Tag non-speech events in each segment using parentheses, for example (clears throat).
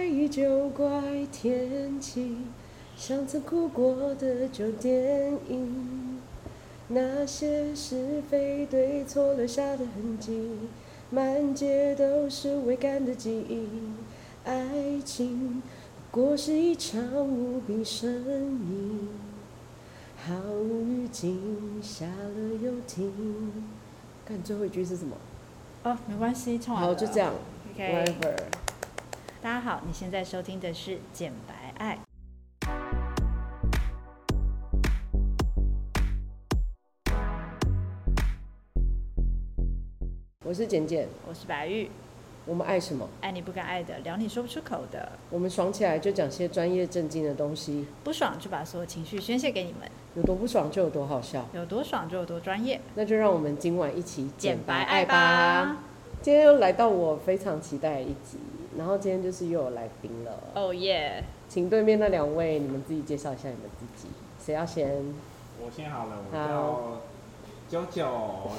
里就怪天气，像曾哭过的旧电影，那些是非对错留下的痕迹，满街都是未干的记忆。爱情不过是一场无病呻吟，毫无预警下了又停。看最后一句是什么？哦，没关系，唱完好，了就这样。 OK， Whatever。大家好，你现在收听的是《简白爱》。我是简简，我是白玉，我们爱什么？爱你不该爱的，聊你说不出口的，我们爽起来就讲些专业正经的东西，不爽就把所有情绪宣泄给你们，有多不爽就有多好笑。有多爽就有多专业。那就让我们今晚一起简白白爱爱吧。今天又来到我非常期待的一集，然后今天就是又有来宾了，哦 (laughs) 耶！请对面那两位你们自己介绍一下你们自己，谁要先？我先好了，好我叫九九，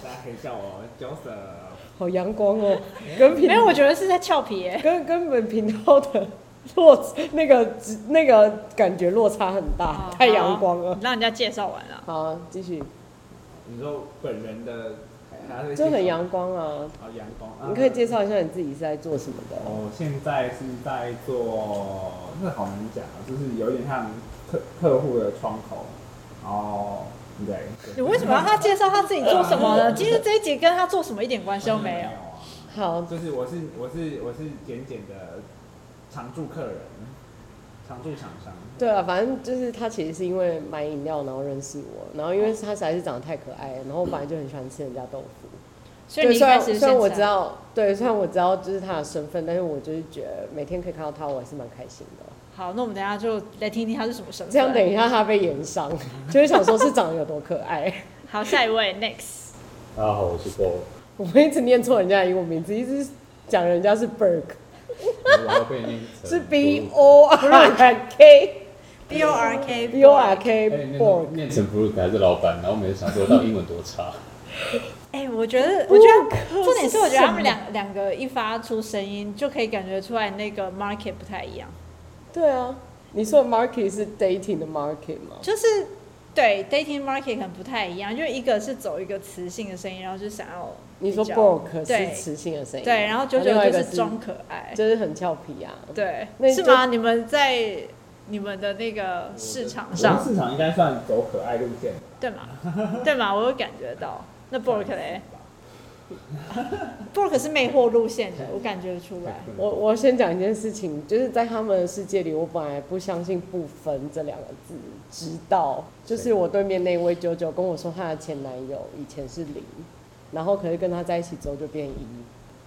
大家可以叫我 Joseph。好阳光 (laughs) 哦，跟平没有，我觉得是在俏皮耶。跟跟本频道的落那个那个感觉落差很哦大，太阳光了。你让人家介绍完了。好，继续，你说本人的，他会就很阳光啊。好阳光。你可以接介绍一下你自己是在做什么的？哦我现在是在做，这好难讲，啊就是有点像客客户的窗口，然后对。你为什么要他介绍他自己做什 (laughs) 么呢？其实这一集跟他做什么一点关系都没有。啊？好，就是我是我是我是简简的常驻客人，常驻厂商。对啊，反正就是他其实是因为买饮料然后认识我，然后因为他实在是长得太可爱了，然后我本来就很喜欢吃人家豆腐。所以对，你一虽开然始是虽然我先知道，对，虽然我知道就是他的身份，但是我就是觉得每天可以看到他，我还是蛮开心的。好，那我们等一下就来听听他是什么身份。这样等一下他被延伤， (laughs) 就是想说是长得有多可爱。 (laughs) 好，下一位，next。大家好，我是 Go，我们一直念错人家的英文名字，一直讲人家是 Berg，然后被念成是 B O R K (laughs) B O R K B O R。K 哎念 Borg 成。念成 b r o o k 还是老板，然后每次想说到英文多 (laughs) 差，哎、我觉哦得，我觉不可得重点是，我觉得他们是两两个一发出声音，就可以感觉出来那个 market 不太一样。对啊，你说的 market 是 dating 的 market 吗？就是对 dating market 可能不太一样，就一个是走一个磁性的声音，然后就想要你说比较 broke 对是磁性的声音，对，然后九九另外一就个是装可爱，就是很俏皮啊。对那，你是就吗？你们在你们的那个市场我们上，市场应该算走可爱路线的。对吗？对吗？我有感觉到。那 Bork 嘞，Bork 是魅惑路线的，我感觉出来。我我先讲一件事情，就是在他们的世界里，我本来不相信“不分”这两个字，直到就是我对面那位九九跟我说，她的前男友以前是零，然后可是跟他在一起之后就变一。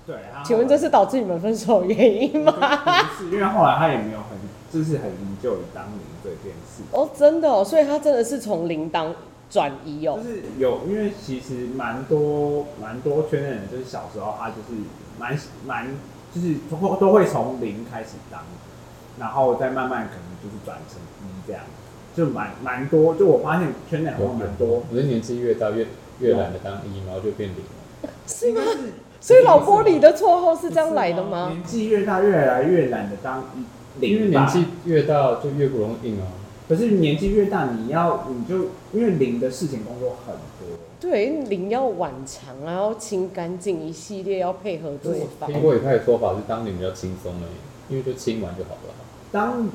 对，啊然后请问这是导致你们分手的原因吗？不是，因为后来他也没有很，就是很营救当年这件事，嗯哦，真的哦，所以他真的是从零当转一哦就。是有，因为其实蛮多蛮多圈的人，就是小时候他就是蛮蛮就是都都会从零开始当，然后再慢慢可能就是转成一这样，就蛮蛮多，就我发现圈内好像蛮多，我是年纪越大越越懒得当一，然后就变零了。是吗应该是所以老玻璃的绰号是这啊样来的吗？年纪越大，越来越懒得当零，因为年纪越大就越不容易硬啊。可是年纪越大，你要你就因为零的事情工作很多，对，零要晚长啊，要清干净一系列，要配合对方。听过一派的说法是当零比较轻松而已，因为就清完就好了。当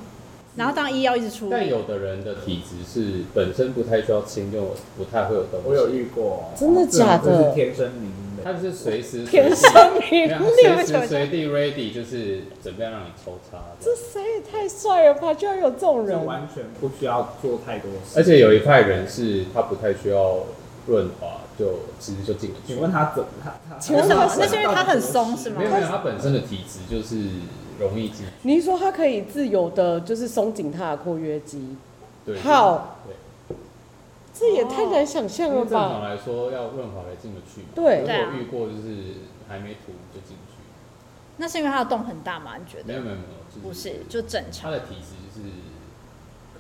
然后当医药一直出但力，有的人的体质是本身不太需要清，就不太会有东西。我有遇过，真的假的这种就是天生灵的，他就是随时天生没明啊有你他们随时随地 ready，就是准备要让你抽插的。这谁也太帅了吧！居然有这种就人，完全不需要做太多事。而且有一派人是他不太需要润滑，就其实就进得去。请问他怎么他他？请问他为什么那是因为他很松是吗没有没有，他本身的体质就是容易进，你是说他可以自由的，就是松紧他的括约肌，对，好对，这也太难想象因了为正常吧？来说要润滑才进得去嘛。对如对啊果遇过就是还没涂就进不去，那是因为他的洞很大嘛？你觉没有得？没有没有，不是是，就正他常。的体质就是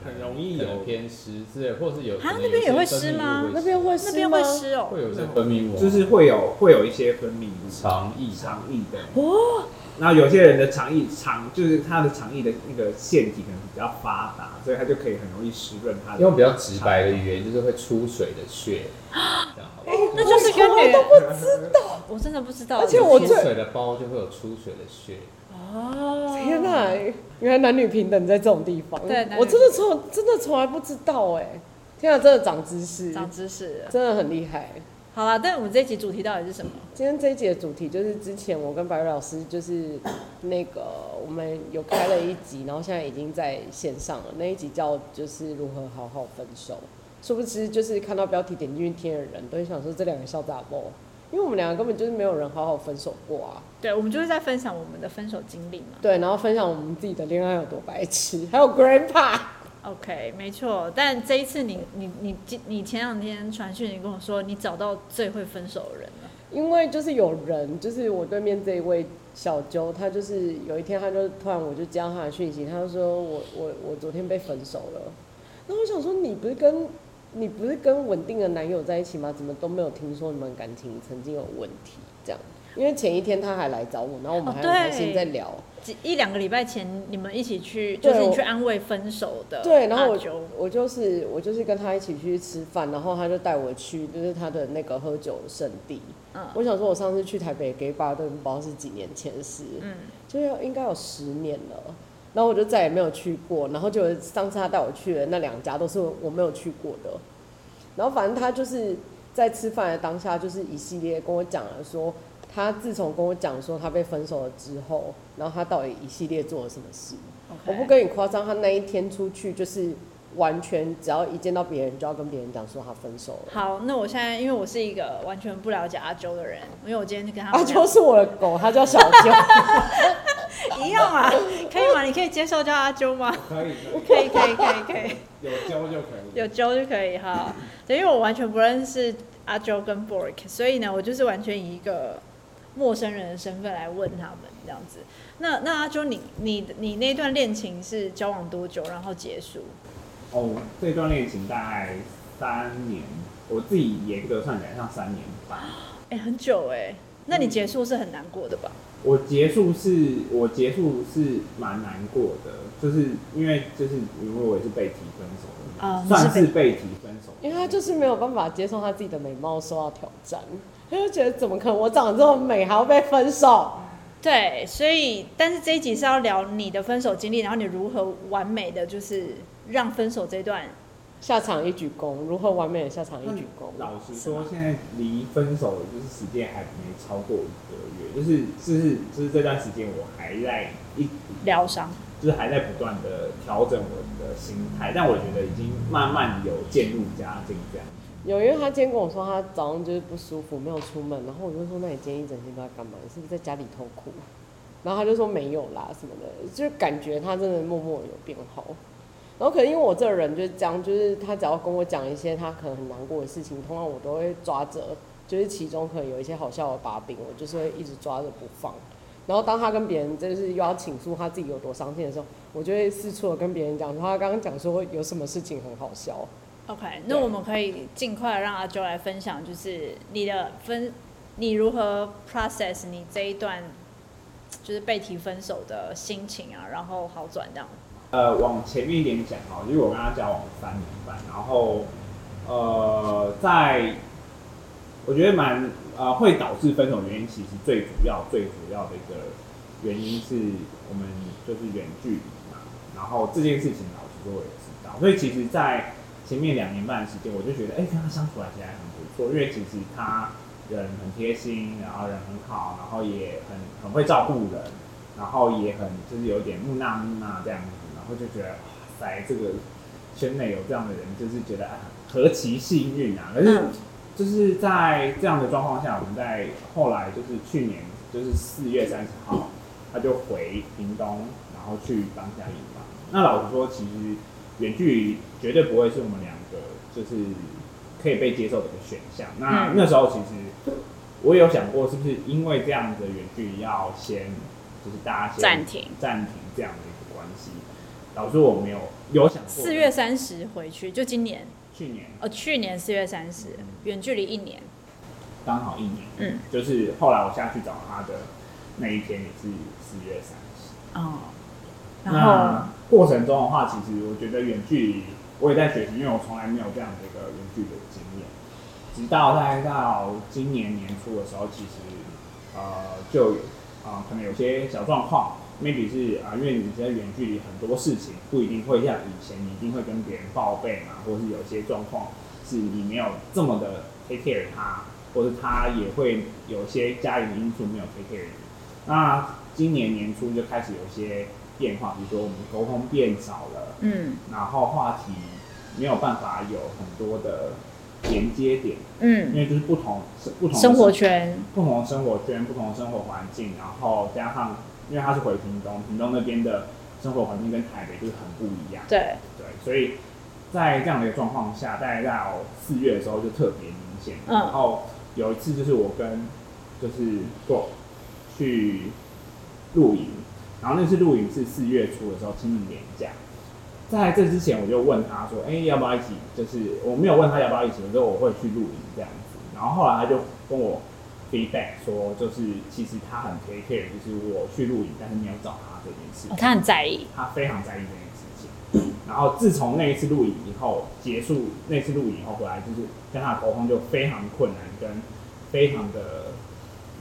可能很容易可有能偏湿之类，或者是有啊可能那边也有会一些分湿泌物吗那边会那湿边会吗？湿哦，会有一些分泌物啊，就是会有会有一些分泌肠异常常异的，哦，然后有些人的肠易肠就是他的肠易的那个腺体可能比较发达，所以他就可以很容易湿润他的。用比较直白的语言，就是会出水的 (gasps) 血，这样好不好？那就是跟我女都，不知道，我真的不知道。而且我出最水的包就会有出水的血，哦，天哪、原来男女平等在这种地方，对男女我真的从真的从来不知道哎、天啊，真的长知识，长知识了。真的很厉害。好啦，但我们这一集主题到底是什么？今天这一集的主题就是之前我跟白瑞老师就是那个我们有开了一集，然后现在已经在线上了。那一集叫就是如何好好分手。殊不知就是看到标题点进去听的人都会想说这两个小杂包，因为我们两个根本就是没有人好好分手过啊。对，我们就是在分享我们的分手经历嘛。对，然后分享我们自己的恋爱有多白痴，还有 grandpa。 OK，没错。但这一次你你你你你前两天传讯，你跟我说你找到最会分手的人了。因为就是有人，就是我对面这一位小揪，他就是有一天他就突然我就加他的讯息，他就说我我我昨天被分手了。那我想说你不是跟你不是跟稳定的男友在一起吗？怎么都没有听说你们感情曾经有问题这样？因为前一天他还来找我，然后我们哦还很开心对在聊。几一两个礼拜前，你们一起去，对就是你我去安慰分手的对，然后阿我九我就是我就是跟他一起去吃饭，然后他就带我去就是他的那个喝酒圣地。嗯我想说，我上次去台北 gay bar 都不知道是几年前的事。嗯，就是应该有十年了，然后我就再也没有去过，然后就上次他带我去的那两家都是我没有去过的，然后反正他就是在吃饭的当下，就是一系列跟我讲了说，他自从跟我讲说他被分手了之后，然后他到底一系列做了什么事。 OK 我不跟你夸张，他那一天出去就是完全只要一见到别人就要跟别人讲说他分手了。好，那我现在因为我是一个完全不了解阿周的人，因为我今天就跟他他们聊就是我的狗，他叫小九，一样啊，可以吗？你可以接受叫阿啾 (laughs) 吗？可以，可以，可以，可以，可以，有胶就可以。有啾就可以哈。对，因为我完全不认识阿啾跟 Bork，所以呢，我就是完全以一个陌生人的身份来问他们这样子。那那阿啾，你你你那段恋情是交往多久，然后结束？哦，这段恋情大概三年，我自己严格算起来像三年半。哎、很久哎、那你结束是很难过的吧？我结束是，我结束是蛮难过的，就是因为就是因为我也是被提分手的，啊算你是被提分手的，因为他就是没有办法接受他自己的美貌受到挑战，他就觉得怎么可能我长得这么美还要被分手？对，所以但是这一集是要聊你的分手经历，然后你如何完美的就是让分手这段下场一鞠躬，如何完美的下场一鞠躬？嗯老实说，现在离分手就是时间还没超过一个月，就是就是就是这段时间我还在一疗伤。就是还在不断的调整我的心态，但我觉得已经慢慢有渐入佳境这样。有，因为他今天跟我说他早上就是不舒服，没有出门，然后我就说那你今天一整天都在干嘛？你是不是在家里偷哭？然后他就说没有啦什么的，就感觉他真的默默有变好。然后可能因为我这个人就是这样，就是他只要跟我讲一些他可能很难过的事情，通常我都会抓着，就是其中可能有一些好笑的把柄，我就是会一直抓着不放。然后当他跟别人就是又要倾诉他自己有多伤心的时候，我就会四处的跟别人讲说他刚刚讲说有什么事情很好笑。 OK，那我们可以尽快让阿周来分享，就是你的分，你如何 process 你这一段就是被提分手的心情啊，然后好转这样。呃，往前面一点讲哈，就是我跟他交往三年半，然后呃，在我觉得蛮呃会导致分手原因，其实最主要最主要的一个原因是我们就是远距离嘛，然后这件事情老实说我也知道，所以其实，在前面两年半的时间，我就觉得哎、跟他相处起来很不错，因为其实他人很贴心，然后人很好，然后也很很会照顾人，然后也很就是有点木讷木讷这样子，然后就觉得哇塞，这个圈内有这样的人，就是觉得啊何其幸运啊！可是嗯就是在这样的状况下，我们在后来就是去年就是四月三十号，他就回屏东，然后去帮家里忙。那老实说，其实远距离绝对不会是我们两个就是可以被接受的一个选项。那、嗯那时候其实我有想过，是不是因为这样的远距离要先就是大家先暂停暂停这样的一个关系。老实说，我没有有想过四月三十回去，就今年，去年呃，去年四月三十，远距离一年。刚好一年，嗯，就是后来我下去找他的那一天也是四月三十。哦，然后那过程中的话，其实我觉得远距离我也在学习，因为我从来没有这样的一个远距离的经验。直到大概到今年年初的时候，其实呃就有啊、可能有些小状况，maybe 是啊、因为你在远距离很多事情不一定会像以前，你一定会跟别人报备嘛，或是有些状况是你没有这么的 take care 他，或是他也会有些家里的因素没有 take care 你。那今年年初就开始有些变化，比如说我们沟通变少了，嗯然后话题没有办法有很多的连接点，因嗯，为就是不同是不同的生活圈，不同的生活圈、不同的生活环境，然后加上因为他是回屏东，屏东那边的生活环境跟台北就是很不一样，对，对，所以在这样的一个状况下，大概到四月的时候就特别明显。嗯然后有一次就是我跟就是做去露营，然后那次露营是四月初的时候，清明年假。在这之前，我就问他说：“哎、要不要一起？”就是我没有问他要不要一起，我说我会去露营这样子。然后后来他就跟我 feedback 说，就是其实他很 take care，就是我去露营，但是没有找他这件事情哦，他很在意，他非常在意这件事情。然后自从那一次录影以后，结束那次录影以后回来，就是跟他的沟通就非常困难，跟非常的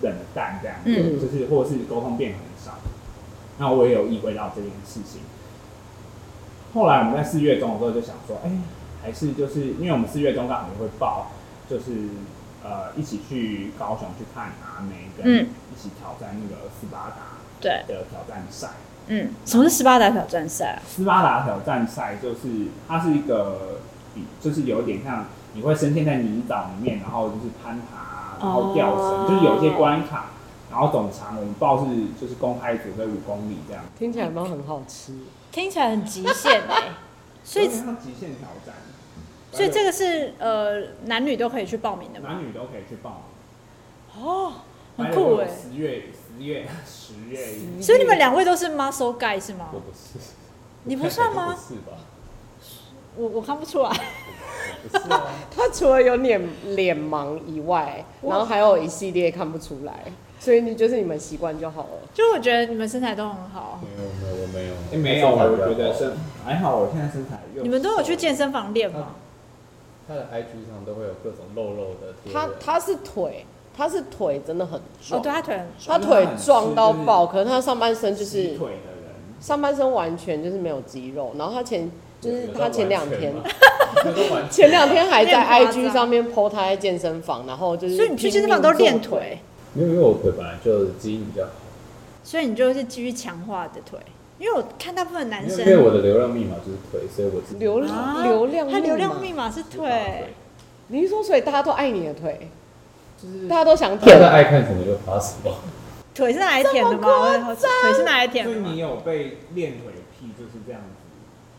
冷淡这样子，嗯就是或者是沟通变很少。那我也有意会到这件事情。后来我们在四月中的时候就想说，哎、还是就是因为我们四月中刚好也会报，就是呃一起去高雄去看阿妹，跟嗯一起挑战那个斯巴达对，的挑战赛。嗯，什么是十八打挑战赛啊？斯巴达挑战赛就是它是一个比，就是有点像你会深陷在泥沼里面，然后就是攀爬，啊然后吊绳，哦就是有一些关卡，然后总长我们报是就是公开组在五公里这样，听起来猫很好吃。听起来很极限哎、所以有点像极限挑战，所以这个是呃男女都可以去报名的吗？男女都可以去报，啊哦，很酷哎、十月十月十月所以你嗯们两位都是 muscle guy 是吗我？不是，你不算吗 (laughs) 不是吧？我我看不出来， (laughs) 不是啊，他除了有脸脸盲以外，然后还有一系列看不出来，所以你就是你们习惯就好了。就我觉得你们身材都很好，啊没有没有我哎没有，啊诶哎没有，我觉得身还好，我现在身材又啊你们都有去健身房练吗？他的 IG 上都会有各种肉肉的贴文，啊他他是腿，他是腿真的很哦，壮，对，他腿很他腿壮到爆，可是他上半身就劈是腿的人。上半身完全就是没有肌肉，然后他前就是他前两天。 (laughs) 前前两天还在练夸张 IG 上面 po 他在健身房，然后就是所以你去健身房都练拼命做腿，没有，因为我腿本来就基因比较好，所以你就是继续强化你的腿，因为我看大部分男因为生我的流量密码就是腿，所以我自己流啊流量他流量密密码。码是腿，你是说，所以大家都爱你的腿，就是大家都想大舔家爱看什么就发什么。腿是拿来舔的吗？我也好奇腿是拿来舔所的以吗你？有被练腿癖就是这样子，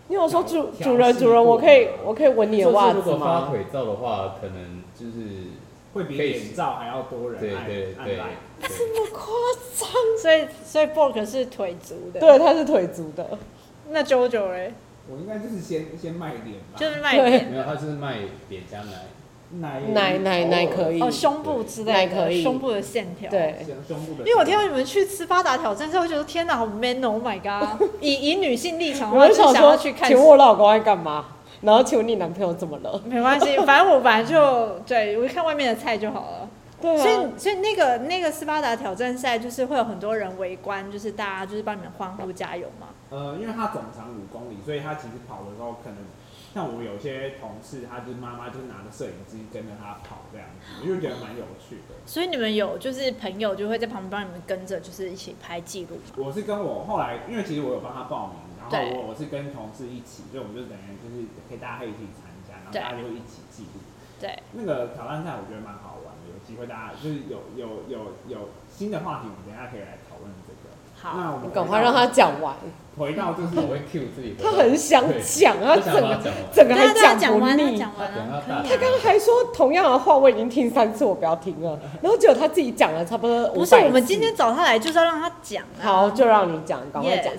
你有说主调主人调主人，试我可以过的我可以闻你的袜就是如子果发吗？腿照的话，可能就是会比脸照还要多人对按对按对来。对，所以所以 Borg 是腿足的，，对，他是腿足的，那 JoJo 嘞我应该就是先先卖脸吧，就是卖脸没有，他就是卖脸加奶，奶奶奶奶可以，以嗯哦，胸部之类那可的，以胸部的线条，对，像胸部的， (laughs) 因为我听到你们去斯巴达挑战之后，我觉得天哪，好 man 哦，Oh my (laughs) god！以以女性立场的话，我就就是想想要说，去看。请问我老公在干嘛？然后请问你男朋友怎么了？没关系， (laughs) 反正我本来就对我看外面的菜就好了。 (laughs) 对所啊，以所以那个那个斯巴达挑战赛，就是会有很多人围观，就是大家就是帮你们欢呼加油嘛。呃，因为它总长五公里，所以它其实跑的时候可能。像我有些同事，他就是妈妈就是拿着摄影机跟着他跑这样子，我就觉得蛮有趣的。所以你们有就是朋友就会在旁边帮你们跟着，就是一起拍记录嘛。我是跟我后来，因为其实我有帮他报名，然对后我我是跟同事一起，所以我们就等于就是可以大家可以一起参加，然后对大家就会一起记录。对，那个挑战赛我觉得蛮好玩的，有机会大家就是有有有有新的话题，我们等一下可以来讨论这个。好，那我你们回到赶快让他讲完，回到 (laughs) 就是我会 cue 自己。 (laughs) 他很想讲，他对整我想把个整个对它讲完。还啊对啊，讲不完了，腻。讲完他了讲，到可以啊大他刚刚还说同样的话，我已经听三次，我不要听了。然后结果他自己讲了差不多500次。不是，我们今天找他来就是要让他讲啊。好，就让你讲，赶快 Yes，讲。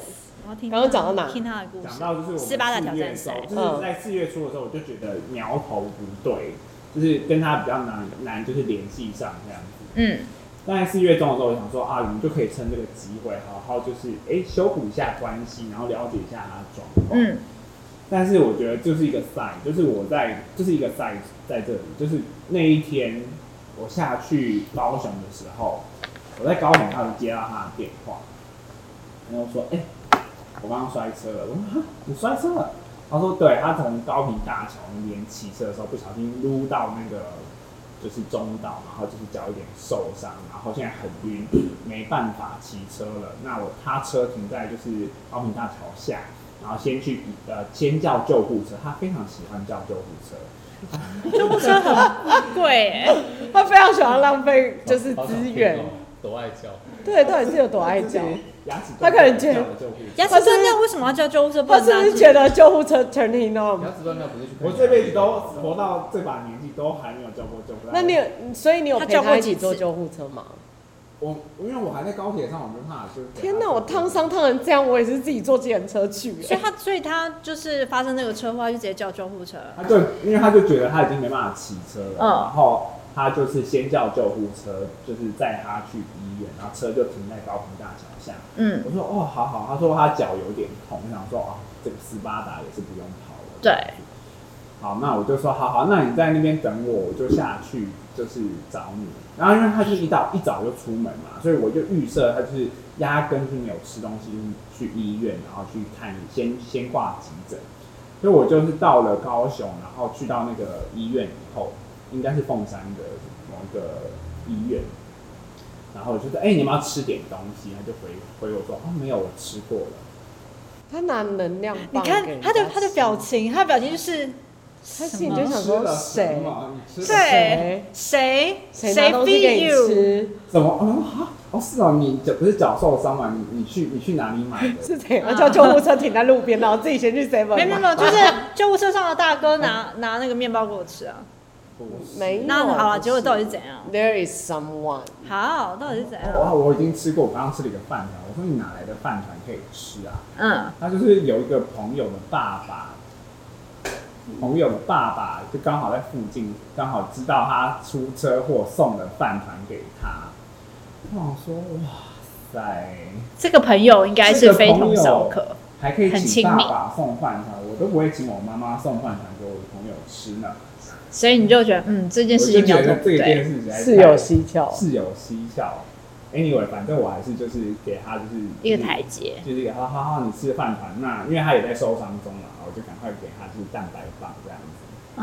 我要听刚刚他讲到哪听他的故讲事。到就是我们斯巴达挑四月战的时赛嗯候，就是在四月初的时候，我就觉得苗头不对，就是跟他比较难难就是联系上这样子。嗯，当然四月中的时候，我想说啊，我们就可以趁这个机会，好好就是哎、修补一下关系，然后了解一下他的状况。嗯但是我觉得就是一个赛，就是我在就是一个赛在这里，就是那一天我下去高雄的时候，我在高雄他就接到他的电话，然后说：“哎、我刚刚摔车了。”我说：“哈你摔车了？”他说：“对，他从高平大桥那边骑车的时候不小心撸到那个就是中岛，然后就是脚有点受伤，然后现在很晕，没办法骑车了。那我他车停在就是高平大桥下，然后先去呃先叫救护车，他非常喜欢叫救护车。”车很贵哎、 (laughs) 他非常喜欢浪费 (laughs) 就是资源，都哦爱教，对，到底是有多爱就是教？牙齿他可能觉叫得了救护车。牙齿断掉为什么要叫救护车？不他能是拿不自是己觉得救护车 turning 牙 on？齿断掉不是去看牙医，我这辈子都活到这把年纪，都还没有叫过救护车。那你有，所以你有他陪叫他过一几起坐次救护车吗？我，因为我还在高铁上，我没办法就是。天哪，我烫伤烫成这样，我也是自己坐计程车去所欸。以他所以他就是发生那个车祸，他就直接叫救护车。他就因为他就觉得他已经没办法骑车了，嗯然后他就是先叫救护车，就是载他去医院，然后车就停在高平大桥下。嗯，我说哦，好好。他说他脚有点痛，我想说哦，这个斯巴达也是不用跑了。对。好，那我就说好好，那你在那边等我，我就下去就是找你。然后因为他就是一早一早就出门嘛，所以我就预设他就是压根就没有吃东西，去医院，然后去看先先挂急诊。所以我就是到了高雄，然后去到那个医院以后，应该是凤山的某一个医院。然后我就说，哎、你们要吃点东西？他就回回我说，哦，没有，我吃过了。他拿能量你棒给人看他的家他的吃表，情，他的表情就是他心里什就么想吃说了什谁么？你吃了对谁谁拿东西给 feed 你 you？吃怎么？嗯啊，哦是哦，你脚不是脚受伤嘛？你你去你去哪里买 (laughs) 的？是谁？然后叫救护车停在路边，然后自己先去 seven 嗯没没没有，就是救护车上的大哥拿拿那个面包给我吃啊。不是没有啊那好了，不结果是到底是怎样？ There is someone。好，到底是怎哇，样？哦啊我已经吃过，我刚刚吃了一个饭团。我说你哪来的饭团可以吃啊？嗯，他就是有一个朋友的爸爸，朋友的爸爸就刚好在附近，刚好知道他出车祸送了饭团给他。我想说，哇塞，这个朋友应该是非同小这个可。还可以很亲请爸民爸送饭团，我都不会请我妈妈送饭团给我的朋友吃呢。所以你就觉得，嗯，这件我事就情苗头觉得不这件对。事实在是是太有蹊跷，哦是有蹊跷。Anyway，反正我还是就是给他就是一个台，阶，就是给他哈哈，你吃饭团那，因为他也在受伤中嘛，我就赶快给他就是蛋白棒这样子，嗯，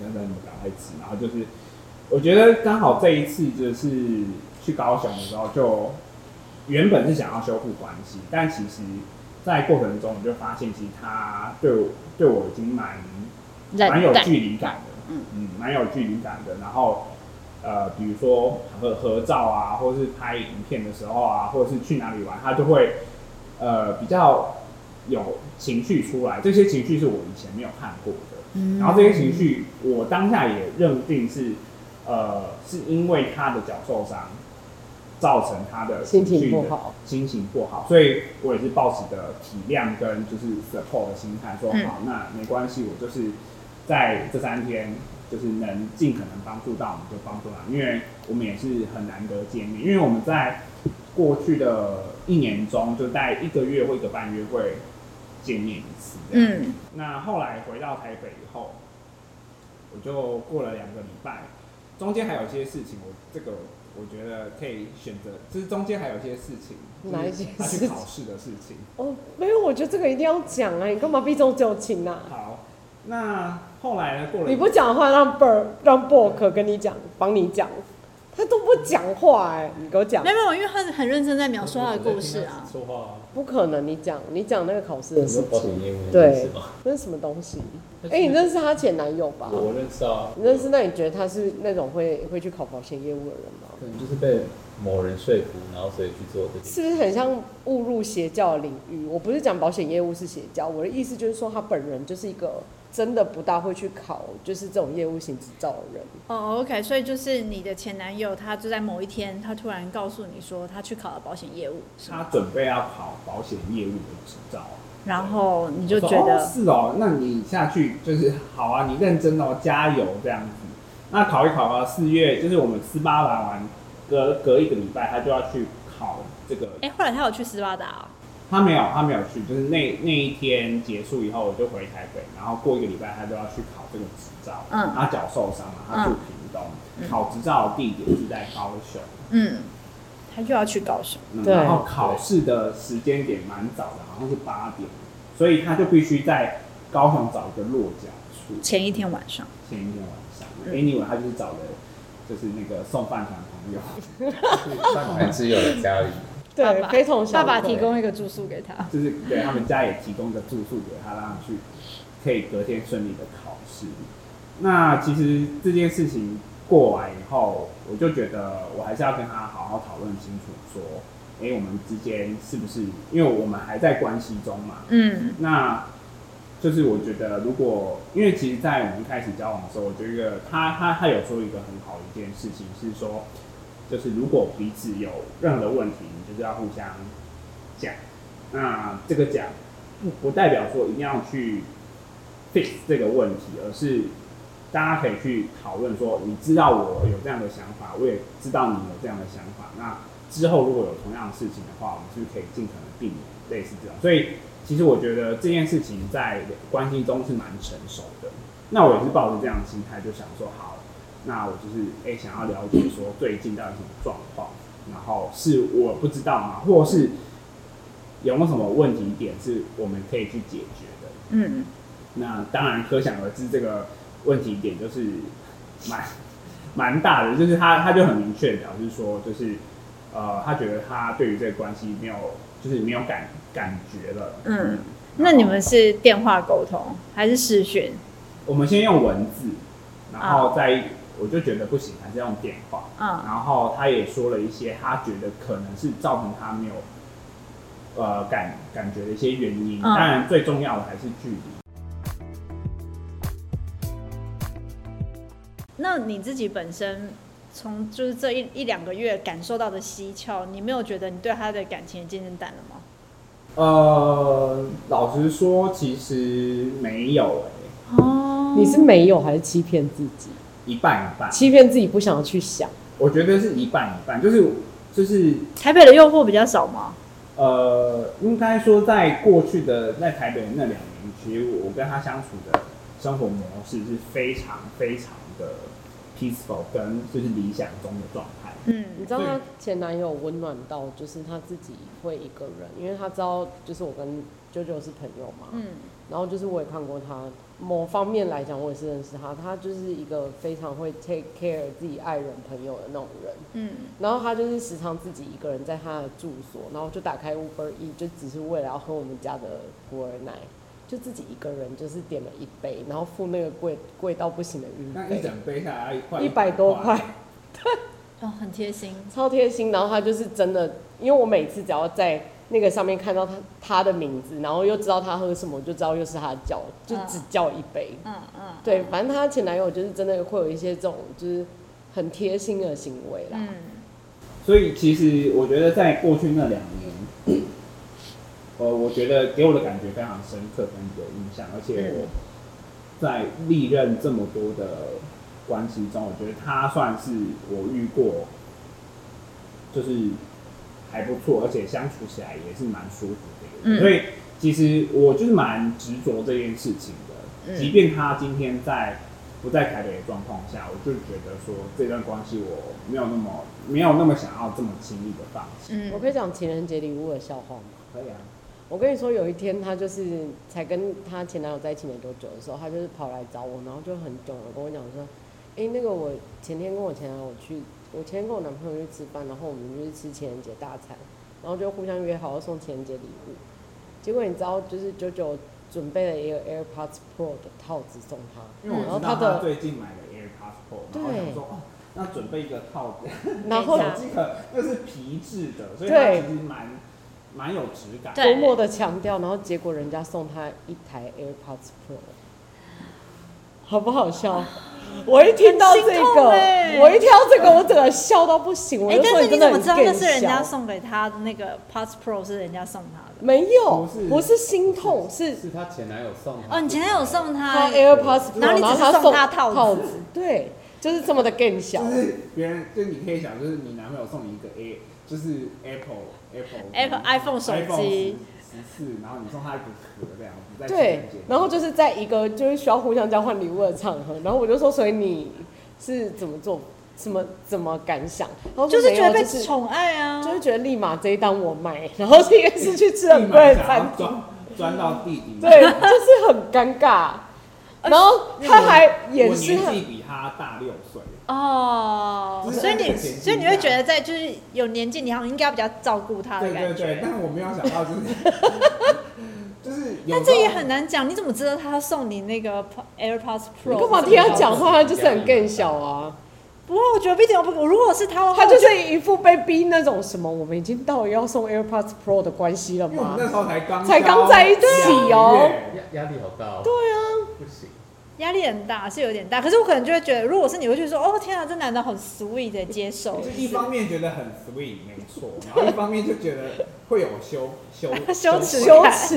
然后让你们赶快吃。然后就是我觉得刚好这一次就是去高雄的时候，就原本是想要修复关系，但其实在过程中我就发现，其实他对我对我已经蛮蛮有冷淡，距离感的，嗯嗯，蛮有距离感的。然后呃，比如说合合照啊，或是拍影片的时候啊，或者是去哪里玩，他就会呃比较有情绪出来。这些情绪是我以前没有看过的，嗯然后这些情绪我当下也认定是呃是因为他的脚受伤。造成他的心情情绪的不好，心情不好，所以我也是抱持的体谅跟就是 support 的心态，说嗯好，那没关系，我就是在这三天就是能尽可能帮助到，我们就帮助到，因为我们也是很难得见面，因为我们在过去的一年中，就在一个月或一个半月会见面一次，这样。嗯，那后来回到台北以后，我就过了两个礼拜，中间还有一些事情，我这个我觉得可以选择，就是中间还有一些事情，就是哪一些他事去情考试的事情。哦，没有，我觉得这个一定要讲啊！你干嘛避重就轻啊？好，那后来呢？过了你不讲话，让 b r 让 Bork 跟你讲，帮你讲，他都不讲话哎、你给我讲没，有，没有，因为他很认真在描述他的故事啊。说话不可能，你讲，你讲那个考试啊，的你说事保险情，业务对那件事吗？那是什么东西？哎、你认识她前男友吧？我认识啊，你认识？那你觉得他是那种会会去考保险业务的人吗？可能就是被某人说服，然后所以去做这件是事。不是很像误入邪教的领域？我不是讲保险业务是邪教，我的意思就是说他本人就是一个真的不大会去考就是这种业务型执照的人。哦，OK，所以就是你的前男友，他就在某一天，他突然告诉你说他去考了保险业务，是吗他准备要考保险业务的执照，然后你就我觉说哦得，是哦，那你下去就是好啊，你认真哦，加油这样子。那考一考啊，四月就是我们斯巴达完隔隔一个礼拜他就要去考这个，哎、后来他有去斯巴达、哦，他没有他没有去，就是那那一天结束以后我就回台北，然后过一个礼拜他就要去考这个执照，嗯他脚受伤嘛，他住嗯屏东，嗯考执照的地点是在高雄。嗯，他就要去高雄，嗯对然后考试的时间点蛮早的，好像是八点，所以他就必须在高雄找一个落脚处。前一天晚上，前一天晚上、嗯 a n y w a y 他就是找了就是那个送饭团朋友，上海只有的家里，爸对，爸非同小爸可爸提供一个住宿给他，就是对他们家也提供个住宿给他，让他去可以隔天顺利的考试。那其实这件事情过完以后，我就觉得我还是要跟他好好讨论清楚，说，哎、我们之间是不是因为我们还在关系中嘛？嗯那就是我觉得，如果因为其实，在我们开始交往的时候，我觉得他他他有说一个很好的一件事情是说，就是如果彼此有任何问题，你就是要互相讲。那这个讲不不代表说一定要去 fix 这个问题，而是大家可以去讨论说，你知道我有这样的想法，我也知道你有这样的想法。那之后如果有同样的事情的话，我们是不是可以尽可能避免类似这种？所以其实我觉得这件事情在关系中是蛮成熟的。那我也是抱着这样的心态，就想说好，那我就是哎、想要了解说最近到底什么状况，然后是我不知道吗？或是有没有什么问题点是我们可以去解决的？嗯，那当然可想而知，这个问题点就是蛮蛮大的，就是他他就很明确地表示说，就是呃，他觉得他对于这个关系没有就是没有感感觉了。嗯，那你们是电话沟通还是视讯？我们先用文字，然后啊再、我就觉得不行，还是用电话。嗯然后他也说了一些他觉得可能是造成他没有呃感感觉的一些原因。嗯当然，最重要的还是距离。那你自己本身从就是这一一两个月感受到的蹊跷，你没有觉得你对他的感情也渐渐淡了吗？呃，老实说，其实没有、欸，哦你是没有还是欺骗自己？一半一半。欺骗自己不想要去想，我觉得是一半一半，就是就是台北的诱惑比较少吗？呃，应该说在过去的在台北的那两年，其实我跟他相处的生活模式是非常非常的 peaceful，跟就是理想中的状态。你嗯知道她前男友温暖到，就是她自己会一个人，因为她知道就是我跟舅舅是朋友嘛，嗯然后就是我也看过他，某方面来讲我也是认识他，他就是一个非常会 take care 自己爱人朋友的那种人。嗯然后他就是时常自己一个人在他的住所，然后就打开 Uber E，就只是为了要喝我们家的普洱奶，就自己一个人就是点了一杯，然后付那个贵贵到不行的运那一费整，杯下来快一百多块，哦，很贴心。超贴心。然后他就是真的，因为我每次只要在那个上面看到他他的名字，然后又知道他喝什么，我就知道又是他叫，就只叫一杯。嗯嗯，对，反正她前男友就是真的会有一些这种就是很贴心的行为啦。嗯所以其实我觉得在过去那两年， (clears throat) 呃，我觉得给我的感觉非常深刻跟有印象，而且我在历任这么多的关系中，我觉得他算是我遇过，就是还不错，而且相处起来也是蛮舒服的一个人。嗯所以其实我就是蛮执着这件事情的，嗯即便他今天在不在台北的状况下，我就觉得说这段关系我没有那么没有那么想要这么轻易的放弃。嗯，我可以讲情人节礼物的笑话吗？可以啊，我跟你说，有一天她就是才跟她前男友在一起没多久的时候，她就是跑来找我，然后就很囧的跟我讲说：“哎、那个我前天跟我前男友去，我前天跟我男朋友去吃饭，然后我们就是吃情人节大餐，然后就互相约好要送情人节礼物。结果你知道，就是九九准备了一个 AirPods Pro 的套子送她，嗯因为嗯然我后知道她他的，最近买了 AirPods Pro，然对后我想说哦，那准备一个套子，然后对手机壳那是皮质的，所以它对其实蛮蛮有质感。对多么的强调，然后结果人家送他一台 AirPods Pro，好不好笑？我一听到这很心痛个，欸我一听到这个，我整个笑到不行。我哎、就说但是真的你怎么很知道那更是人家笑。送给他的那个 Pass Pro 是人家送他的？没有不是，不是心痛，哎是是她前男友送她哦，你前男友送他他，AirPods Pro，然后你只是他送送他套套子子，对，就是这么的更小就。是别人，就是你可以想，就是你男朋友送你一个 A，就是 Apple- Apple Apple iPhone 手机十四，然后你送他一个壳这样子，在情对人节，然后就是在一个就是需要互相交换礼物的场合，然后我就说，所以你是怎么做，怎么怎么感想？然后就说是没觉有得被就是宠爱啊，就是觉得立马这一单我买，然后这个是去吃很立贵马的餐想要钻钻到地底，对，就是很尴尬。然后他还因为我掩饰我很年纪比他大六岁，哦，就是所以在这你个前提所以你会下觉得在就是有年纪，你好像应该比较照顾他的对对感对，觉。但我没有想到就是 (laughs) 就是有时候，但这也很难讲，你怎么知道他送你那个 AirPods 你 Pro？干嘛听他讲话？他就是很更小啊，不过我觉得一点都不，如果是他的话，他我就觉得是一副被逼那种什么，我们已经到了要送 AirPods Pro 的关系了因为我们吗？那时候才刚才刚在一起哦交往压压力好大哦。对啊，不行，压力很大，是有点大。可是我可能就会觉得，如果是你，会觉得说，哦天啊，这男的很 sweet 的接受就，是一方面觉得很 sweet 没错，然后一方面就觉得会有羞羞羞耻羞耻，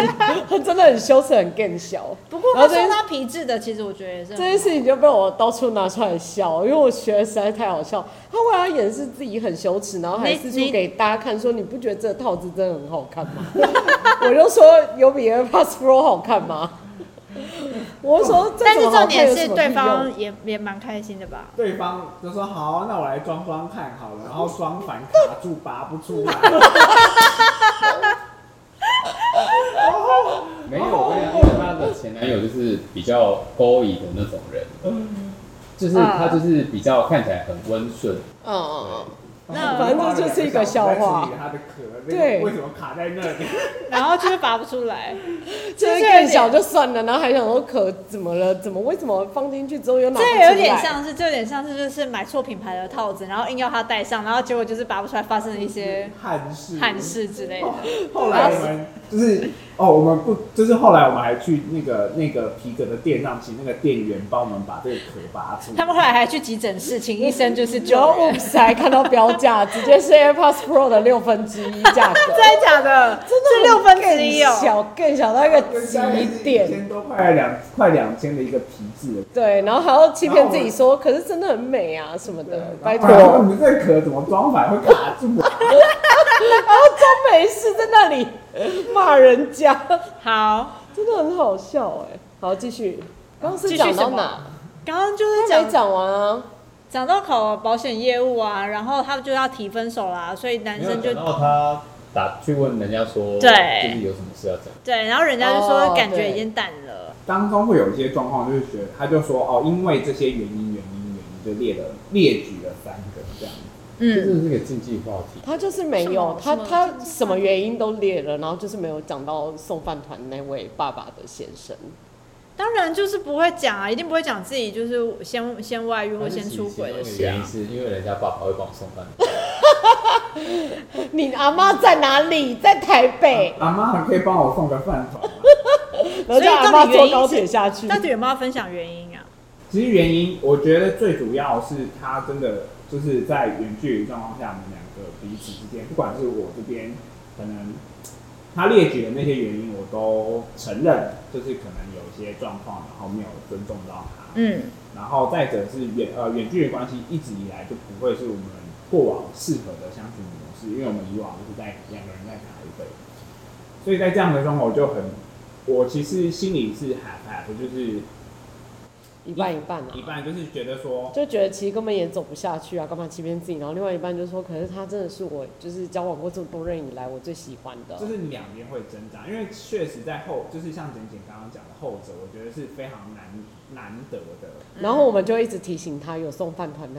他真的很羞耻，很更小。不过然他后这送他皮质的，其实我觉得也是这很件事情就被我到处拿出来笑，因为我觉得实在太好笑。他为了掩饰自己很羞耻，然后还你四处你给大家看，说你不觉得这套子真的很好看吗？ (laughs) 我就说有比 AirPods Pro 好看吗？我就说，这但是种好重看点有是什么对屁用方也也蛮开心的吧？对方就说好，那我来装装看好了，然后双反卡住拔不出 (laughs) 来，然后没有，哦我跟你讲，因为她的前男友就是比较勾引的那种人，就是啊他就是比较看起来很温顺，嗯嗯那然后反正这就是一个笑话我在处理他的壳，对对，为什么卡在那里？然后就是拔不出 (laughs) 来，嗯，就是更小就算了，然后还想说壳怎么了？怎么为什么放进去之后又拿不出这来？有点像是，这有点像是就是买错品牌的套子，然后硬要他戴上，然后结果就是拔不出来，发生了一些憾嗯事，憾事之类的后。后来我们就是哦，我们不就是后来我们还去那个那个皮革的店上，请那个店员帮我们把这个壳拔出来。他们后来还去急诊室，请医生就是救然后人。。Oops 还看到标价，直接是 AirPods Pro 的六分之一价格 (laughs) 真的假的？真是六分之一更哦。小更小到一个极一点，千多块两快两千的一个皮质的对，然后还要欺骗自己说，可是真的很美啊什么的，拜托，然后你这个壳怎么装法会卡住啊？都没事在那里骂人家，好，真的很好笑哎、好，继续，刚刚是继续讲到什么哪？刚刚就是还没讲讲完啊，讲到考保险业务啊，然后他们就要提分手啦，所以男生就然后他打去问人家说，对就是有什么事要讲，对，然后人家就说哦感觉对已经淡了。当中会有一些状况，就是觉得他就说哦，因为这些原因原因原因就列了列举了三个这样。这嗯，真的是个禁忌话题。他就是没什么有，他什么他就是什么原因都列了，然后就是没有讲到送饭团那位爸爸的先生，当然就是不会讲啊，一定不会讲自己就是先先外遇或先出轨的事原因啊。是因为人家爸爸会帮我送饭，你阿妈在哪里？在台北，阿妈还可以帮我送个饭团吗？然后嗯所以叫阿到妈底原坐因高是铁下去。到底有没有分享原因啊？其实原因，我觉得最主要是他真的就是在远距离状况下，我们两个彼此之间，不管是我这边可能他列举的那些原因，我都承认，就是可能有一些状况，然后没有尊重到他。嗯，然后再者是远呃远距离关系一直以来就不会是我们过往适合的相处模式，因为我们以往都是在两个人在台北，所以在这样的状况我就很，我其实心里是 half half，就是一半一半啊，一半就是觉得说，就觉得其实根本也走不下去啊，干嘛欺骗自己？然后另外一半就说，可是他真的是我就是交往过这么多人以来我最喜欢的就。是嗯两边会挣扎，因为确实在后就是像简简刚刚讲的后者，我觉得是非常难难得的。然后我们就一直提醒他有送饭团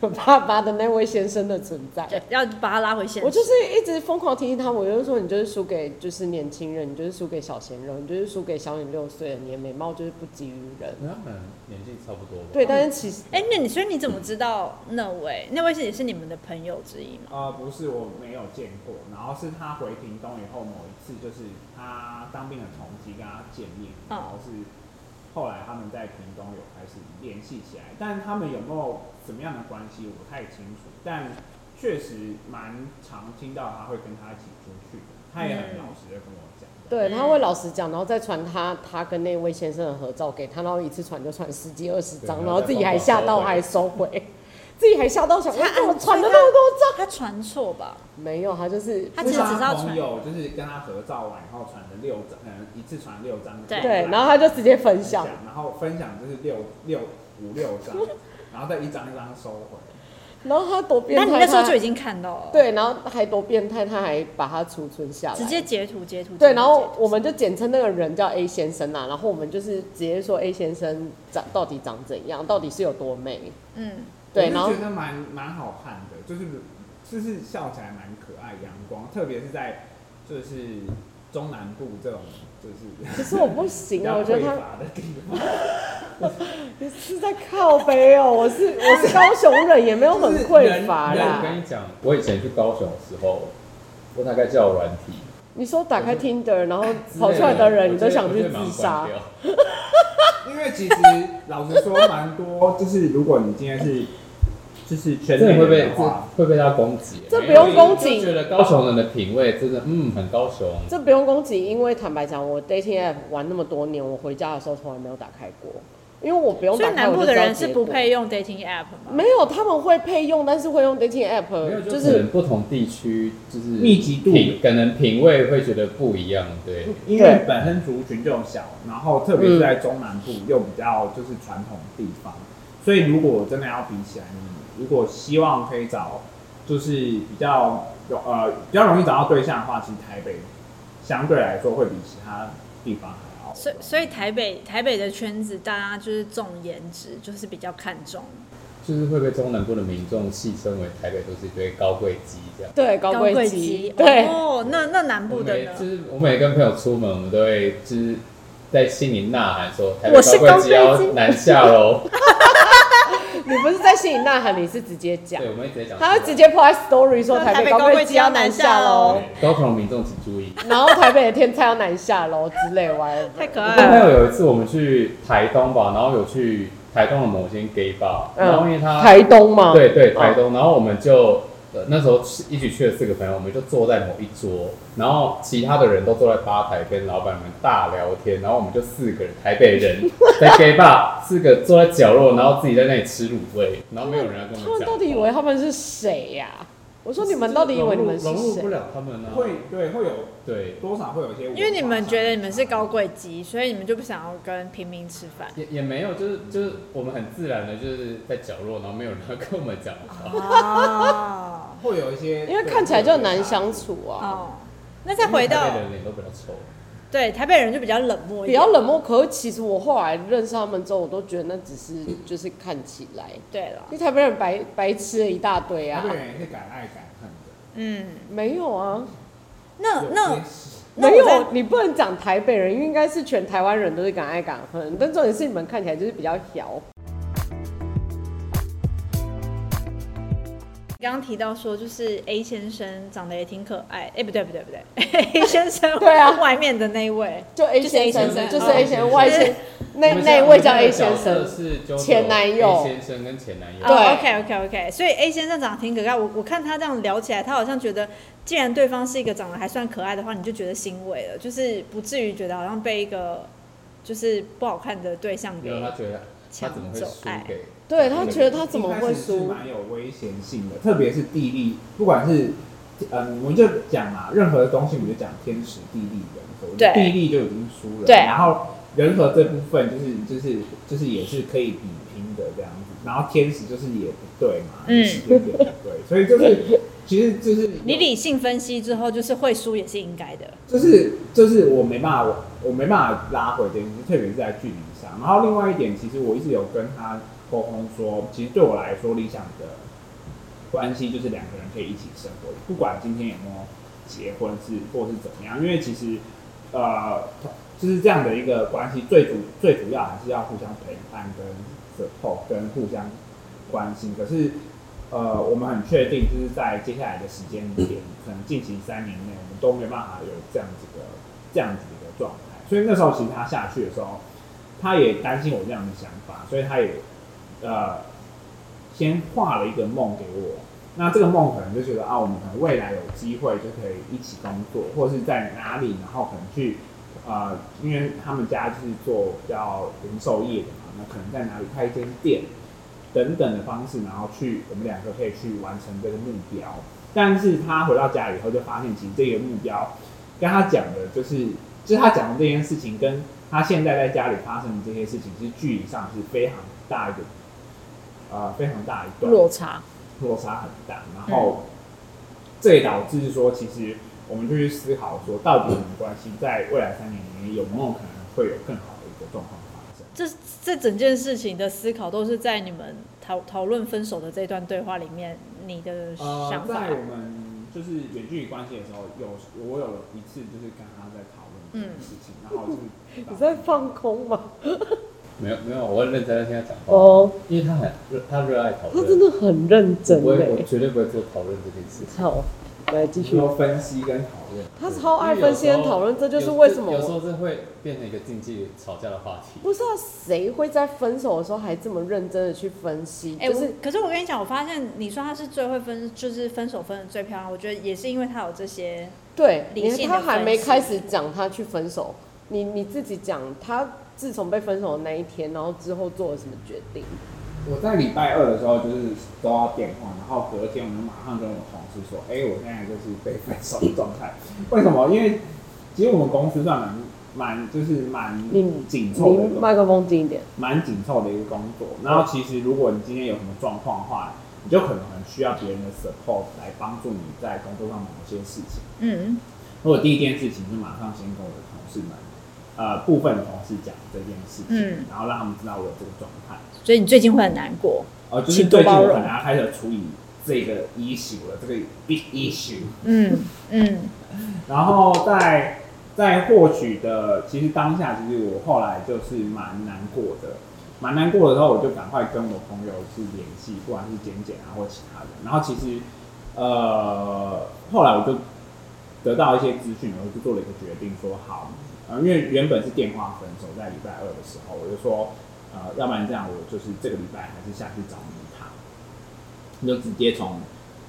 那 (laughs) 爸爸的那位先生的存 (laughs) 在。对，要把他拉回现实。我就是一直疯狂提醒他，我就是说你就是输给就是年轻人，你就是输给小鲜肉，你就是输给小你六岁的，你的美貌就是不及于人。那可能年纪差不多吧。对，嗯但是其实哎、那你所以你怎么知道那位？那位是也是你们的朋友之一吗？呃，不是，我没有见过。然后是他回屏东以后某一次，就是他当兵的同级跟他见面，嗯然后是后来他们在屏东有开始联系起来，但他们有没有什么样的关系，我不太清楚。但确实蛮常听到他会跟他一起出去的，他也很老实的跟我讲。嗯对，他会老实讲，然后再传他他跟那位先生的合照给他，然后一次传就传十几二十张，嗯对然后自己还吓到然还后收回， (laughs) 自己还吓到想，他他怎么传的所以那么多他传错吧？张？没有，他就是他就其实是只知道朋传，友就是跟他合照完以后传了六张，嗯，一次传六张。对对，然后他就直接分分享，，然后分享就是六六五六 (laughs) 张，然后再一张一张收回。然后他多变那你态，那时候就已经经看到了，，对，然后还多变态，他还把它储存下来，直接截图截图。截对，图然截后图我们就简称那个人叫 A 先生啊啦，然后我们就是直接说 A 先生长到底长怎样，到底是有多美，嗯，对，我然后就觉得蛮蛮好看的，就是就是笑起来蛮可爱，阳光，特别是在就是中南部这种就是可是我不比行啊，较我觉得匮他乏的地方，你是在靠北哦，我是我是高雄人，也没有很匮乏那我啦。跟你讲，我以前去高雄的时候，我大概叫软体，你说打开 Tinder，然后跑出来的人，你都想去自杀我觉得我觉因得马上关？掉哦为其实老实说，蛮多就是如果你今天是就是圈真的内会的被人的话，会被他攻击，这不用攻击因为我就觉得高雄人的品味真的，嗯，很高雄。这不用攻击，因为坦白讲，我 dating app 玩那么多年，我回家的时候从来没有打开过，因为我不用所打以开南我就部知道的人结是果不。配用 dating app 吗？没有，他们会配用，但是会用 dating 没有 app，就就是可是能不同地区就是密集度品，可能品味会觉得不一样，对。因为本身族群就小，然后特别是在中南部又比较就是传统的地方，所以如果真的要比起来，你如果希望可以找就是比较有呃比较容易找到对象的话，其实台北相对来说会比其他地方还好。所以所以台北台北的圈子，大家就是重颜值，就是比较看重就是会被中南部的民众戏称为台北都是一堆高贵鸡这样。对高贵级鸡，。对，哦，那那南我部的每呢？就是我每跟朋友出门，我们都会就是在心里呐喊说，台北我是高高贵鸡要贵鸡南下喽。你不是在心里呐喊，你是直接讲对，，我们会直接讲出来。他会直接哦 po 在 story 说说台台北北高高贵贵鸡鸡要要南南下下喽喽，对高雄民众请注意。然后台北的天菜要南下喽之类歪。太可我爱跟了朋友有一次我们去台东吧，然后有去台东的某间 gay bar，、嗯然后因为他台东嗯嘛，对对台东，然后我们就。呃那时候去一起去了四个朋友，我们就坐在某一桌，然后其他的人都坐在吧台跟老板们大聊天，然后我们就四个人台 (laughs) 北人在 gay bar 四个坐在角落，然后自己在那里吃卤味，然后没有人要跟他我们们讲。到底以为他们是谁呀、我说你们到底以为你们是融入不谁？了他们啊？会对会有对，多少会有一些文化上的差异，因为你们觉得你们是高贵鸡，所以你们就不想要跟平民吃 (laughs) 饭。也也没有，就是就是我们很自然的就是在角落，然后没有人要跟我们讲话。 (laughs) 哦会有一些，因为看起来就很难相处啊，哦，那再回到台北人脸都比较丑，对台北人就比较冷漠一比点，较冷漠。可是其实我后来认识他们之后，我都觉得那只 (coughs) 是就是看起来，对了因，为台北人白白吃了一大堆台啊北，人也是敢爱敢恨的，嗯，没有啊，那有那些是那没我有在，你不能讲台北人，因为应该是全台湾人都是敢爱敢恨，但重点是你们看起来就是比较小。刚刚提到说，就是 A 先生长得也挺可爱，哎、不对不对不 (laughs) 对，A 先生对啊外面的那一位，就 A 就是 A 先生先，生哦就是 A 先生，外先那我们现在那位叫 A 先我们生的角色，是纠葛前男友啊 A 先生跟前男友对。 OK OK OK，所以 A 先生长得挺可爱，我我看他这样聊起来，他好像觉得，既然对方是一个长得还算可爱的话，你就觉得欣慰了，就是不至于觉得好像被一个就是不好看的对象没给哎有，他觉得他怎么会输给？对他觉得他怎么一会开始是输？蛮有危险性的，特别是地利，不管是嗯，我们就讲嘛，任何东西我们就讲天时地利人和，我觉得对地利就已经输了，对然后人和这部分就是就是就是也是可以比拼的这样子，然后天时就是也不对嘛，嗯时间点不对，所以就是其实就是你理性分析之后，就是会输也是应该的。就是就是我没办法，我我没办法拉回这件事，特别是在距离上。然后另外一点，其实我一直有跟他沟通说，其实对我来说，理想的关系就是两个人可以一起生活，不管今天有没有结婚是或是怎么样，因为其实呃，就是这样的一个关系，最主最主要还是要互相陪伴跟 support 跟互相关心。可是呃，我们很确定，就是在接下来的时间点，可能近期三年内，我们都没办法有这样子的这样子的一个状态。所以那时候其实他下去的时候，他也担心我这样的想法，所以他也呃先画了一个梦给我，那这个梦可能就觉得啊，我们可能未来有机会就可以一起工作，或是在哪里，然后可能去呃，因为他们家就是做比较零售业的嘛，那可能在哪里开一间店等等的方式，然后去我们两个可以去完成这个目标。但是他回到家以后就发现，其实这个目标跟他讲的就是，就是他讲的这件事情跟他现在在家里发生的这些事情是距离上是非常大一个，呃，非常大一段落差，落差很大，然后这也导致说，其实我们就去思考说，到底我们关系在未来三年里面有没有可能会有更好的一个状况发生？这这整件事情的思考都是在你们讨讨论分手的这段对话里面，你的呃想，法。在我们就是远距离关系的时候，有我有一次就是跟他在讨论这件事情，然后 (laughs) 就是你在放空吗？没有没有，我很认真在听他讲话，哦，因为他很热，他热爱讨他论，真的欸很认真我不会，我嘞。绝对不会做讨论这件事情。好，来继续。说分析跟讨论，他超爱分析跟讨论，这就是为什么有时我候这会变成一个竞技吵架的话题。不知道谁会在分手的时候还这么认真的去分析，哎、就是我可是我跟你讲，我发现你说他是最会分，就是分手分的最漂亮，我觉得也是因为他有这些，对，理你性他的还分没析开始讲他去分手，你你自己讲他自从被分手的那一天，然后之后做了什么决定？我在礼拜二的时候就是收到电话，然后隔天我就马上跟我同事说，哎、我现在就是被分手的状态。为什么？因为其实我们公司算蛮蛮就是蛮你呃紧凑的一离个麦克风近一点，蛮紧凑的一个工作。然后其实如果你今天有什么状况的话，你就可能很需要别人的 support 来帮助你在工作上某些事情。嗯，我第一件事情就马上先跟我的同事们，呃，部分的同事讲这件事情，嗯然后让他们知道我有这个状态。所以你最近会很难过，哦，就是请多最近包我容可能要开始处理这个 issue 了，这个 big issue。嗯嗯然后在在获取的，其实当下其实我后来就是蛮难过的，蛮难过的时候，我就赶快跟我朋友去联系，不管是简简啊或其他人。然后其实呃，后来我就得到一些资讯，我就做了一个决定，说好，呃，因为原本是电话分手，在礼拜二的时候，我就说，呃，要不然这样，我就是这个礼拜还是下去找你一趟，你就直接从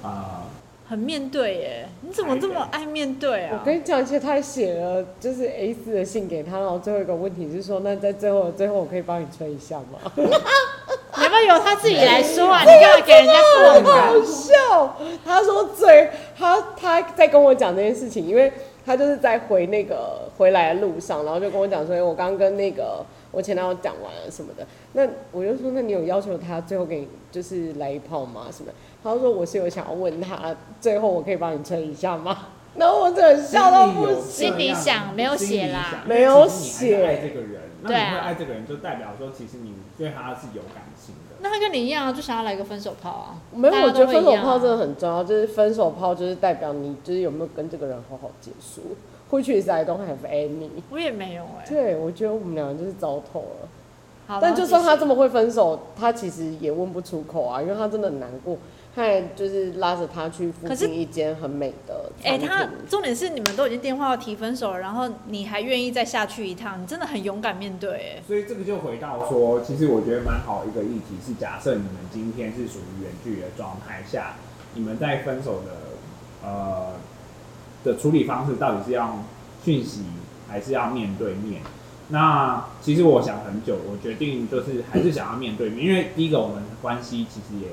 呃很面对耶，你怎么这么爱面对我啊？跟你讲，而且他还写了就是 A 四的信给他，然后最后一个问题是说，那在最后的最后，我可以帮你吹一下吗？你要不要由他自己来 (laughs) 说啊？你干嘛给人家啊过好呢？笑。他说最他他在跟我讲这件事情，因为他就是在回那个回来的路上，然后就跟我讲说，哎我刚刚跟那个我前男友讲完了什么的。那我就说，那你有要求他最后给你就是来一炮吗？什么的？他就说我是有想要问他，最后我可以帮你吹一下吗？ (laughs) 然后我真的笑到不行。啊心里想没有写啦没有其实你还是爱这个人，那你对啊会爱这个人，就代表说其实你对他是有感情的。那他跟你一样啊，就想要来个分手炮啊？没有，大家我觉得都会分一手样啊炮真的很重要，就是分手炮就是代表你就是有没有跟这个人好好结束。Which is I don't have any。我也没有哎、对，我觉得我们两个就是糟透了。好，但就算他这么，么会分手，他其实也问不出口啊，因为他真的很难过。他还就是拉着他去附可是近一间很美的哎、餐厅。他重点是你们都已经电话提分手了，然后你还愿意再下去一趟，你真的很勇敢面对哎、所以这个就回到说，其实我觉得蛮好一个议题是，假设你们今天是属于远距离的状态下，你们在分手的呃的处理方式到底是要讯息还是要面对面？那其实我想很久，我决定就是还是想要面对面，因为第一个我们的关系其实也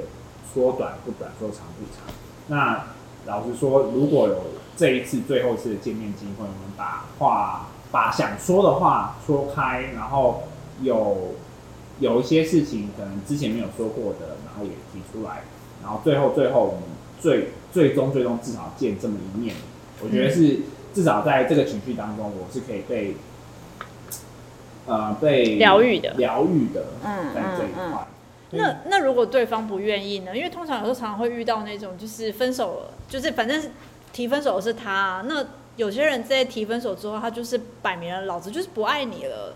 说短不短，说长不长。那老实说，如果有这一次最后一次的见面机会，我们把话把想说的话说开，然后有有一些事情可能之前没有说过的，然后也提出来，然后最后最后我们最最终最终至少见这么一面，我觉得是至少在这个情绪当中，我是可以被呃被疗愈的疗愈的，嗯在这一块。所以那那如果对方不愿意呢？因为通常有时候常常会遇到那种就是分手了，就是反正提分手的是他、那有些人在提分手之后，他就是摆明了老子就是不爱你了，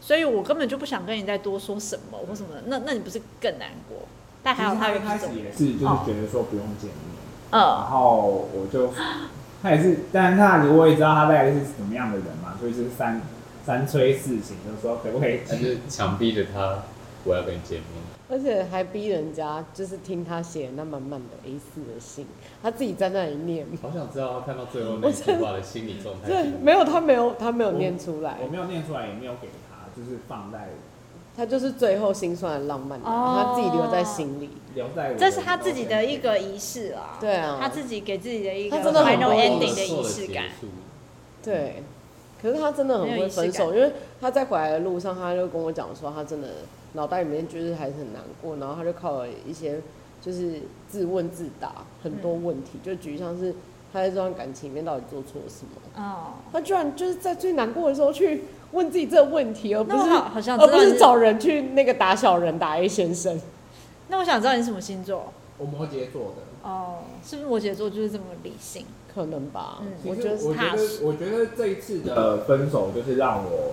所以我根本就不想跟你再多说什么或什么的。那那你不是更难过？但还有其实他他一开有始种，也是，哦就是觉得说不用见面，然嗯，后我就他也是，但是他我也知道他大概是什么样的人嘛，所以就是三三催四请，就说可不可以他就是强逼着他我要跟你见面。而且还逼人家就是听他写那满满的 A 四的信，他自己在那里念。好想知道他看到最后那句话的心理状态是对什，么。没有他没有他没有念出来我，没有念出来，也没有给他，就是放在他就是最后心酸的浪漫啊、哦他自己留在心里。留在我的这是他自己的一个仪式啦，对啊他自己给自己的一个他真的很 final 不容易 ending 的做仪了式结感，束对，可是他真的很会分手，因为他在回来的路上，他就跟我讲说，他真的脑袋里面就是还是很难过，然后他就靠了一些就是自问自答很多问嗯题，就举像是他在这段感情里面到底做错了什么，哦，他居然就是在最难过的时候去问自己这个问题，而不那我是好好像而知道不你是找人去那个打小人打 A 先生。那我想知道你是什么星座？我摩羯座的。哦，是不是摩羯座就是这么理性？可能吧，嗯其我实觉得是我踏觉实得，我觉得这一次的分手就是让我，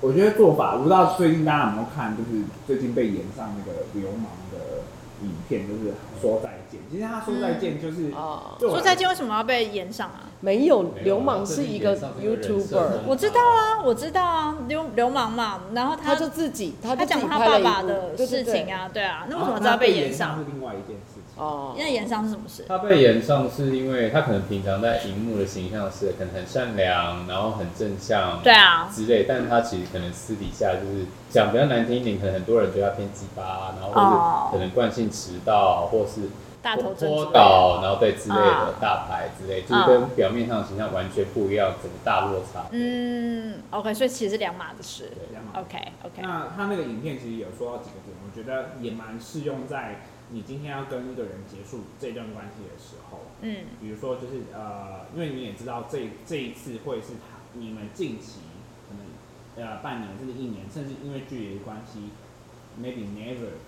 我觉得做法，我不知道最近大家有没有看，就是最近被延上那个流氓的影片，就是说再见。其实他说再见就是，啊、对嗯我说来再见为什么要被延上啊？没有没有啊流氓是一个这是一个人生 YouTuber，我知道啊，我知道啊，流流氓嘛，然后他他就自己他他就自讲己他拍了爸一爸部的对事对对情啊，对啊，那为什然么后知道他被延上上？是另外一件事情。哦，那延上是什么事？他被延上是因为他可能平常在荧幕的形象是可能很善良，然后很正向，对啊，之类，但他其实可能私底下就是讲比较难听一点，可能很多人觉得他偏激吧，然后哦或是可能惯性迟到，或是大头针之类拖的。稿，然后对之类的啊大牌之类，就是啊跟表面上的形象完全不一样，整个大落差。嗯，OK，所以其实是两码子事。这样嘛哦 OK OK，那他那个影片其实有说到几个点，我觉得也蛮适用在你今天要跟一个人结束这段关系的时候。嗯比如说就是呃，因为你也知道这这一次会是他你们近期可能呃半年甚至一年，甚至因为距离的关系，maybe never，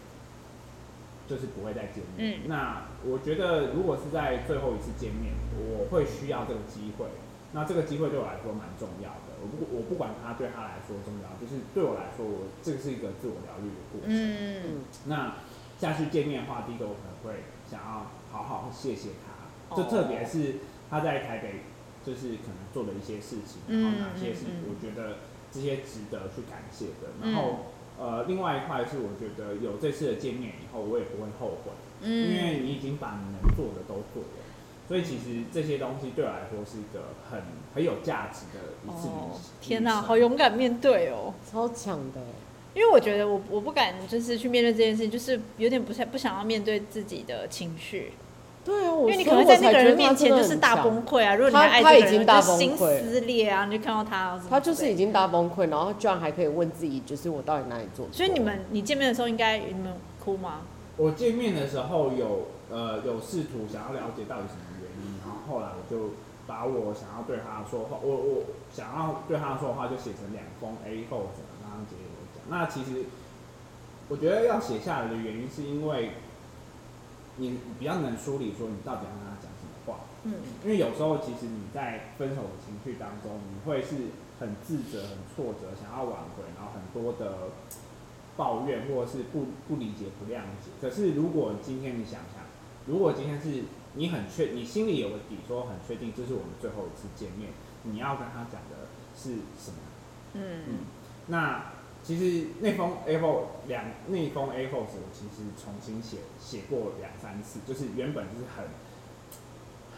就是不会再见面。嗯那我觉得如果是在最后一次见面，我会需要这个机会。那这个机会对我来说蛮重要的，我不我不管他对他来说重要，就是对我来说，我这个是一个自我疗愈的过程。嗯，那下去见面的话，第一个我可能会想要好好谢谢哦他，就特别是他在台北，就是可能做的一些事情，然后哪些是嗯嗯嗯我觉得这些值得去感谢的。嗯然后呃，另外一块是我觉得有这次的见面以后，我也不会后悔，嗯因为你已经把你能做的都做了。所以其实这些东西对我来说是一个很很有价值的一次旅行哦，天哪，好旅程勇敢面对哦。超强的欸，因为我觉得我我不敢就是去面对这件事情，就是有点不太不想要面对自己的情绪，对啊，因我为你所可以能我在才那个觉人得他面前真就的是很大强崩溃啊！如果你他爱这他个已人，经大就崩心溃了撕裂啊，你就看到他，他就是已。经大崩溃，然后居然还可以问自己，就是我到底哪里做错？所以你们你见面的时候应该你们哭吗？我见面的时候有呃有试图想要了解到底什么原因，然后后来我就把我想要对他说话，我我想要对他说的话就写成两封 A 后怎么让杰我讲。那其实我觉得要写下来的原因是因为你比较能梳理说你到底要跟他讲什么话，嗯因为有时候其实你在分手的情绪当中，你会是很自责、很挫折，想要挽回，然后很多的抱怨或者是不不理解、不谅解。可是如果今天你想想，如果今天是你很确，你心里有个底，说很确定这是我们最后一次见面，你要跟他讲的是什么？嗯那其实那封 A 后两那封 A 后我其实重新写写过两三次，就是原本就是很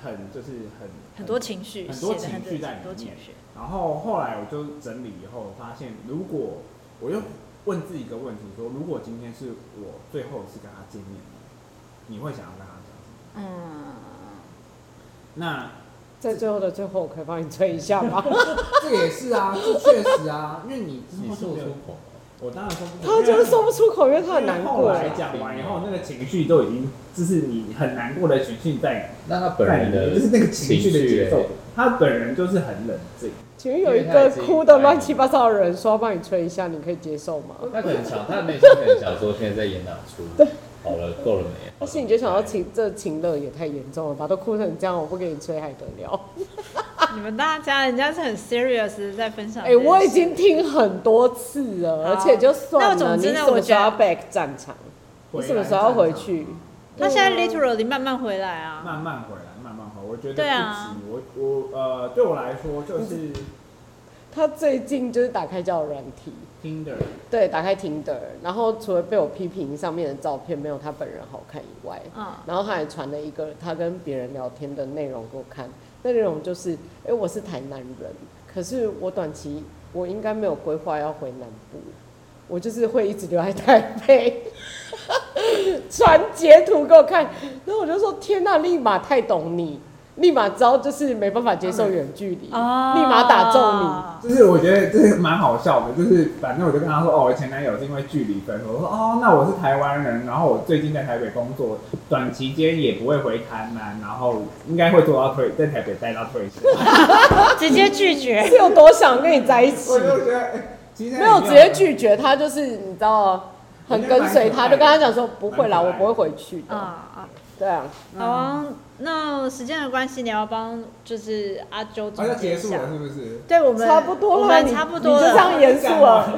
很就是很很多情绪，很多写得情绪在很多里情面绪。然后后来我就整理以后发现，如果我又问自己一个问题说，如果今天是我最后一次跟他见面了，你会想要跟他讲什么？嗯，那在最后的最后，我可以帮你催一下吗？这也是啊，这确实啊，因为你你说出口吗，我当然说不 (laughs) 出他口，就是说不出口，因为他很难后过来。讲完以后，那个情绪都已经就是你很难过的情绪在那他本在人里面的就是那哎个情情绪的节绪奏，他本人就是很冷静。请问有一个哭的乱七八糟的人说要帮你催一下，你可以接受吗？欸，他可能想，他的内心可能想说，现在在演哪出？好了，够了没？但是你就想到情这情乐也太严重了吧，都哭成这样，我不给你催还得了？你们大家人家是很 serious 的在分享哎、这件事。我已经听很多次了，好而且就那算总了，之你呢什么我时候觉要得 back 战场？嗯你什么时候要回去？他现在 literally 慢慢回来啊。慢啊慢回来，慢慢回来。我觉得不急，对啊嗯我我呃，对我来说就是他最近就是打开交友软体， Tinder 对，打开 Tinder，然后除了被我批评上面的照片没有他本人好看以外，嗯然后他还传了一个他跟别人聊天的内容给我看，那内容就是，哎、我是台南人，可是我短期我应该没有规划要回南部，我就是会一直留在台北。 (laughs) 传截图给我看，然后我就说天呐、立马太懂你，立马知道就是没办法接受远距离，立哦马打中你。就是我觉得呃这个蛮好笑的，就是反正我就跟他说，哦，我前男友是因为距离分手，我说哦，那我是台湾人，然后我最近在台北工作，短期间也不会回台南，然后应该会做到退，在台北待到退休。直接拒绝。是有多想跟你在一起我？就觉得，哎其实 (laughs) 没有直接拒绝他，就是你知道，很跟随他，就跟他讲说不会啦，我不会回去啊的。啊，对啊，好啊，那时间的关系，你要帮就是阿周好总像结一哦结束下了，。是不是？对我们差不多我啦，们你差不多你就这了。样严肃 (laughs) 了，啊，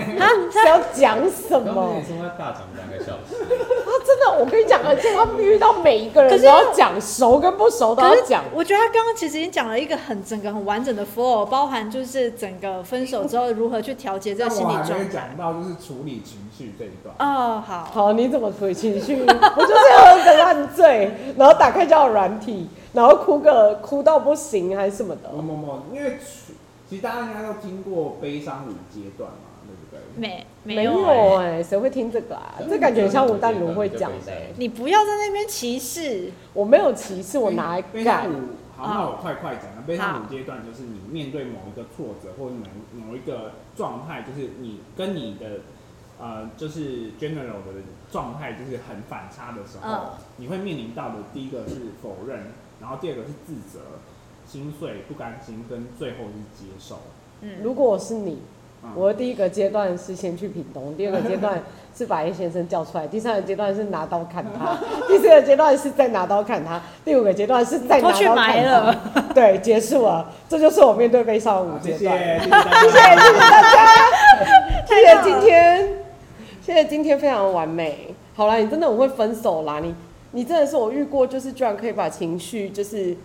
是要讲什刚刚么也？是因为大讲两个小时，他真的，我跟你讲，啊而且他们遇到每一个可人是都要讲，熟跟不熟都可要是讲。我觉得他刚刚其实已经讲了一个很整个很完整的 flow，包含就是整个分手之后如何去调节这但个心我理还没状有态。讲到就是处理情绪这一段。哦，好，好，你怎么处理情绪？我就是要喝个烂醉，然后打开交友软体，然后哭个哭到不行还是什么的。哦某某某，因为处其实大家应该都听过悲伤五阶段嘛，对不对？没没没有欸有哎、谁会听这个啊？这感觉很像吴淡如会讲的、欸。你不要在那边歧视。我没有歧视，我拿来悲干伤。五，好，那我快快讲了。悲好伤五阶段就是你面对某一个挫折或者某某一个状态，就是你跟你的呃，就是 general 的状态就是很反差的时候，嗯你会面临到的第一个是否认，然后第二个是自责、心碎、不甘心，跟最后是接受。如嗯，果我是你，嗯、我的第一个阶段是先去屏东，第二个阶段是把叶先生叫出来，第三个阶段是拿刀砍他， (laughs) 第四个阶段是再拿刀砍他，第五个阶段是再拿拖刀去埋砍他。了。对，结束了，这就是我面对悲伤的好五谢阶谢，段。谢谢大家 (laughs) 谢谢今天，谢谢今天非常完美。好啦，你真的很会分手啦，你你真的是我遇过，就是居然可以把情绪就是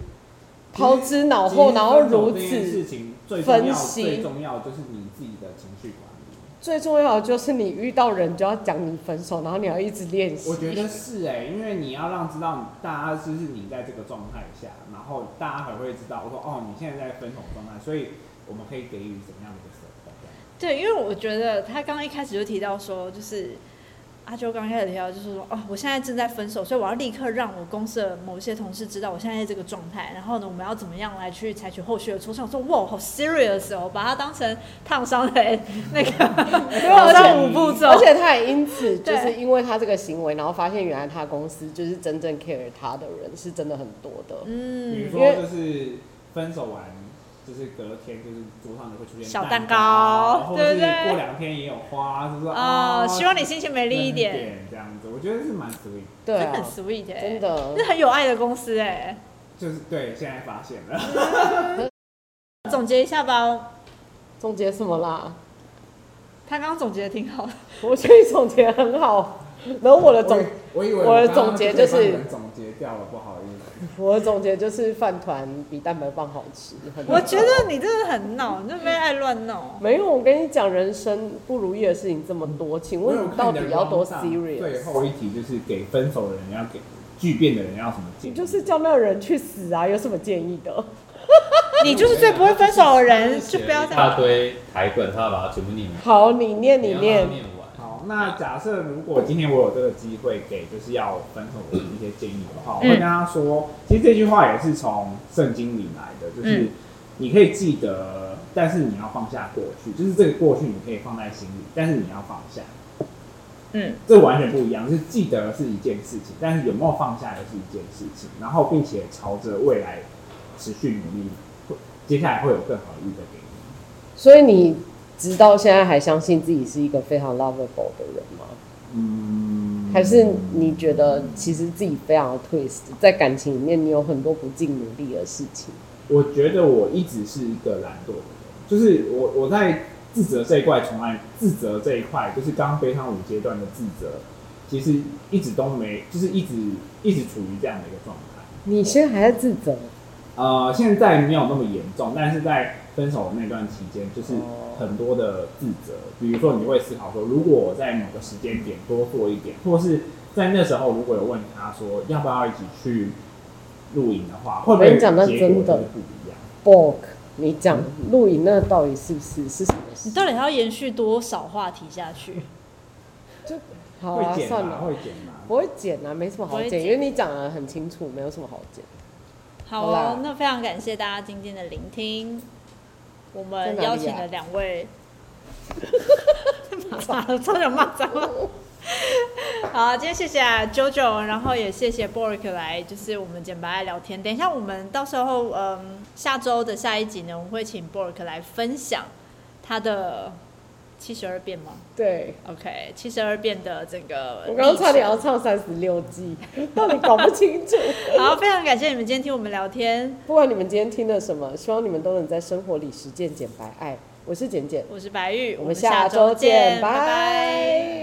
抛之脑后，然后如其实分手这此件事情最重分要，析最重要就是你自己的情绪管理。最重要的就是你遇到人就要讲你分手，然后你要一直练习我。觉得是哎、因为你要让知道大家就是你在这个状态下，然后大家还会知道，我说哦，你现在在分手状态，所以我们可以给予怎么样的一个 support？对，因为我觉得他刚刚一开始就提到说，就是阿周刚开始提到，就是说，哦，我现在正在分手，所以我要立刻让我公司的某些同事知道我现在在这个状态。然后呢，我们要怎么样来去采取后续的措施？我说，哇，好 serious 哦，把它当成烫伤的那个对，啊而且五步骤而且他也因此就哦对是因为他这个行为，然后发现原来他公司就是真正 care 他的人是真的很多的。比如嗯，因为说就是分手完。就是隔天，就是桌上就会出现小蛋蛋啊糕或对者不是对过两天也有花，就是说啊、哦，希望你心情美丽一真点，点这样子，我觉得是蛮可以，对真的啊很，sweet 哎、真，的这。很有爱的公司哎、就是对，现在发现了。总结一下吧，总结什么啦？他刚刚总结的挺好的， (laughs) 我觉得你总结得很好，然后我的总我以我以为我的刚刚总结就就是把你们总结掉了，不好意思。我的总结就是饭团比蛋白棒好吃。很我觉得你真的很闹，你真的被爱乱闹。没有，我跟你讲，人生不如意的事情这么多，请我问有你看到你底的要多 round down，最 serious？后一题就是给分手的人要给巨变的人要什么建你议？就是叫那个人去死啊！有什么建议的？你就是最不会分手的人， (laughs) 就不要一再。大堆台本，他要把它全部念完，好，你念你你要念让它，念完。好，那假设如果今天我有这个机会给就是要分手的人一些建议的嗯话，我会跟他说，其实这句话也是从圣经里来的，就是嗯你可以记得，但是你要放下过去，就是这个过去你可以放在心里，但是你要放下，嗯，这完全不一样。就是记得是一件事情，但是有没有放下又是一件事情，然后并且朝着未来持续努力，会接下来会有更好的遇的给你。所以你直到现在还相信自己是一个非常 lovable 的人吗？嗯，还是你觉得其实自己非常的 twist，在感情里面你有很多不尽努力的事情？我觉得我一直是一个懒惰的人，就是我我在自责这一块从来自责这一块，就是刚刚悲伤五阶段的自责，其实一直都没，就是一直一直处于这样的一个状态。你现在还在自责？呃，现在没有那么严重，但是在分手的那段期间，就是哦很多的自责，比如说你会思考说，如果我在某个时间点多做一点，或是在那时候如果有问他说要不要一起去露营的话，会我不跟会你讲那结果真的就不一样？ Borg，你讲录影那到底是不是是什么你事？到底还要延续多少话题下 (laughs) 去？好啊，会减算吧，了，会减吧。我会剪啊，没什么好我会剪，剪因为你讲的很清楚，没有什么好剪。好好哦啦，那非常感谢大家今天的聆听。我在们哪里啊邀请了两 (laughs) 位，骂了，差点骂脏话。 (laughs) 好，今天谢谢 JoJo，然后也谢谢 Bork 来，就是我们简白来聊天。等一下，我们到时候嗯，下周的下一集呢，我们会请 Bork 来分享他的七十二变吗对， ？OK，七十二变的整个历我程。刚刚差点要唱三十六计，到底搞不清楚。 (laughs) (laughs) 好，非常感谢你们今天听我们聊天。不管你们今天听了什么，希望你们都能在生活里实践简白爱。我是简简，我是白玉，我们下周见，拜拜拜。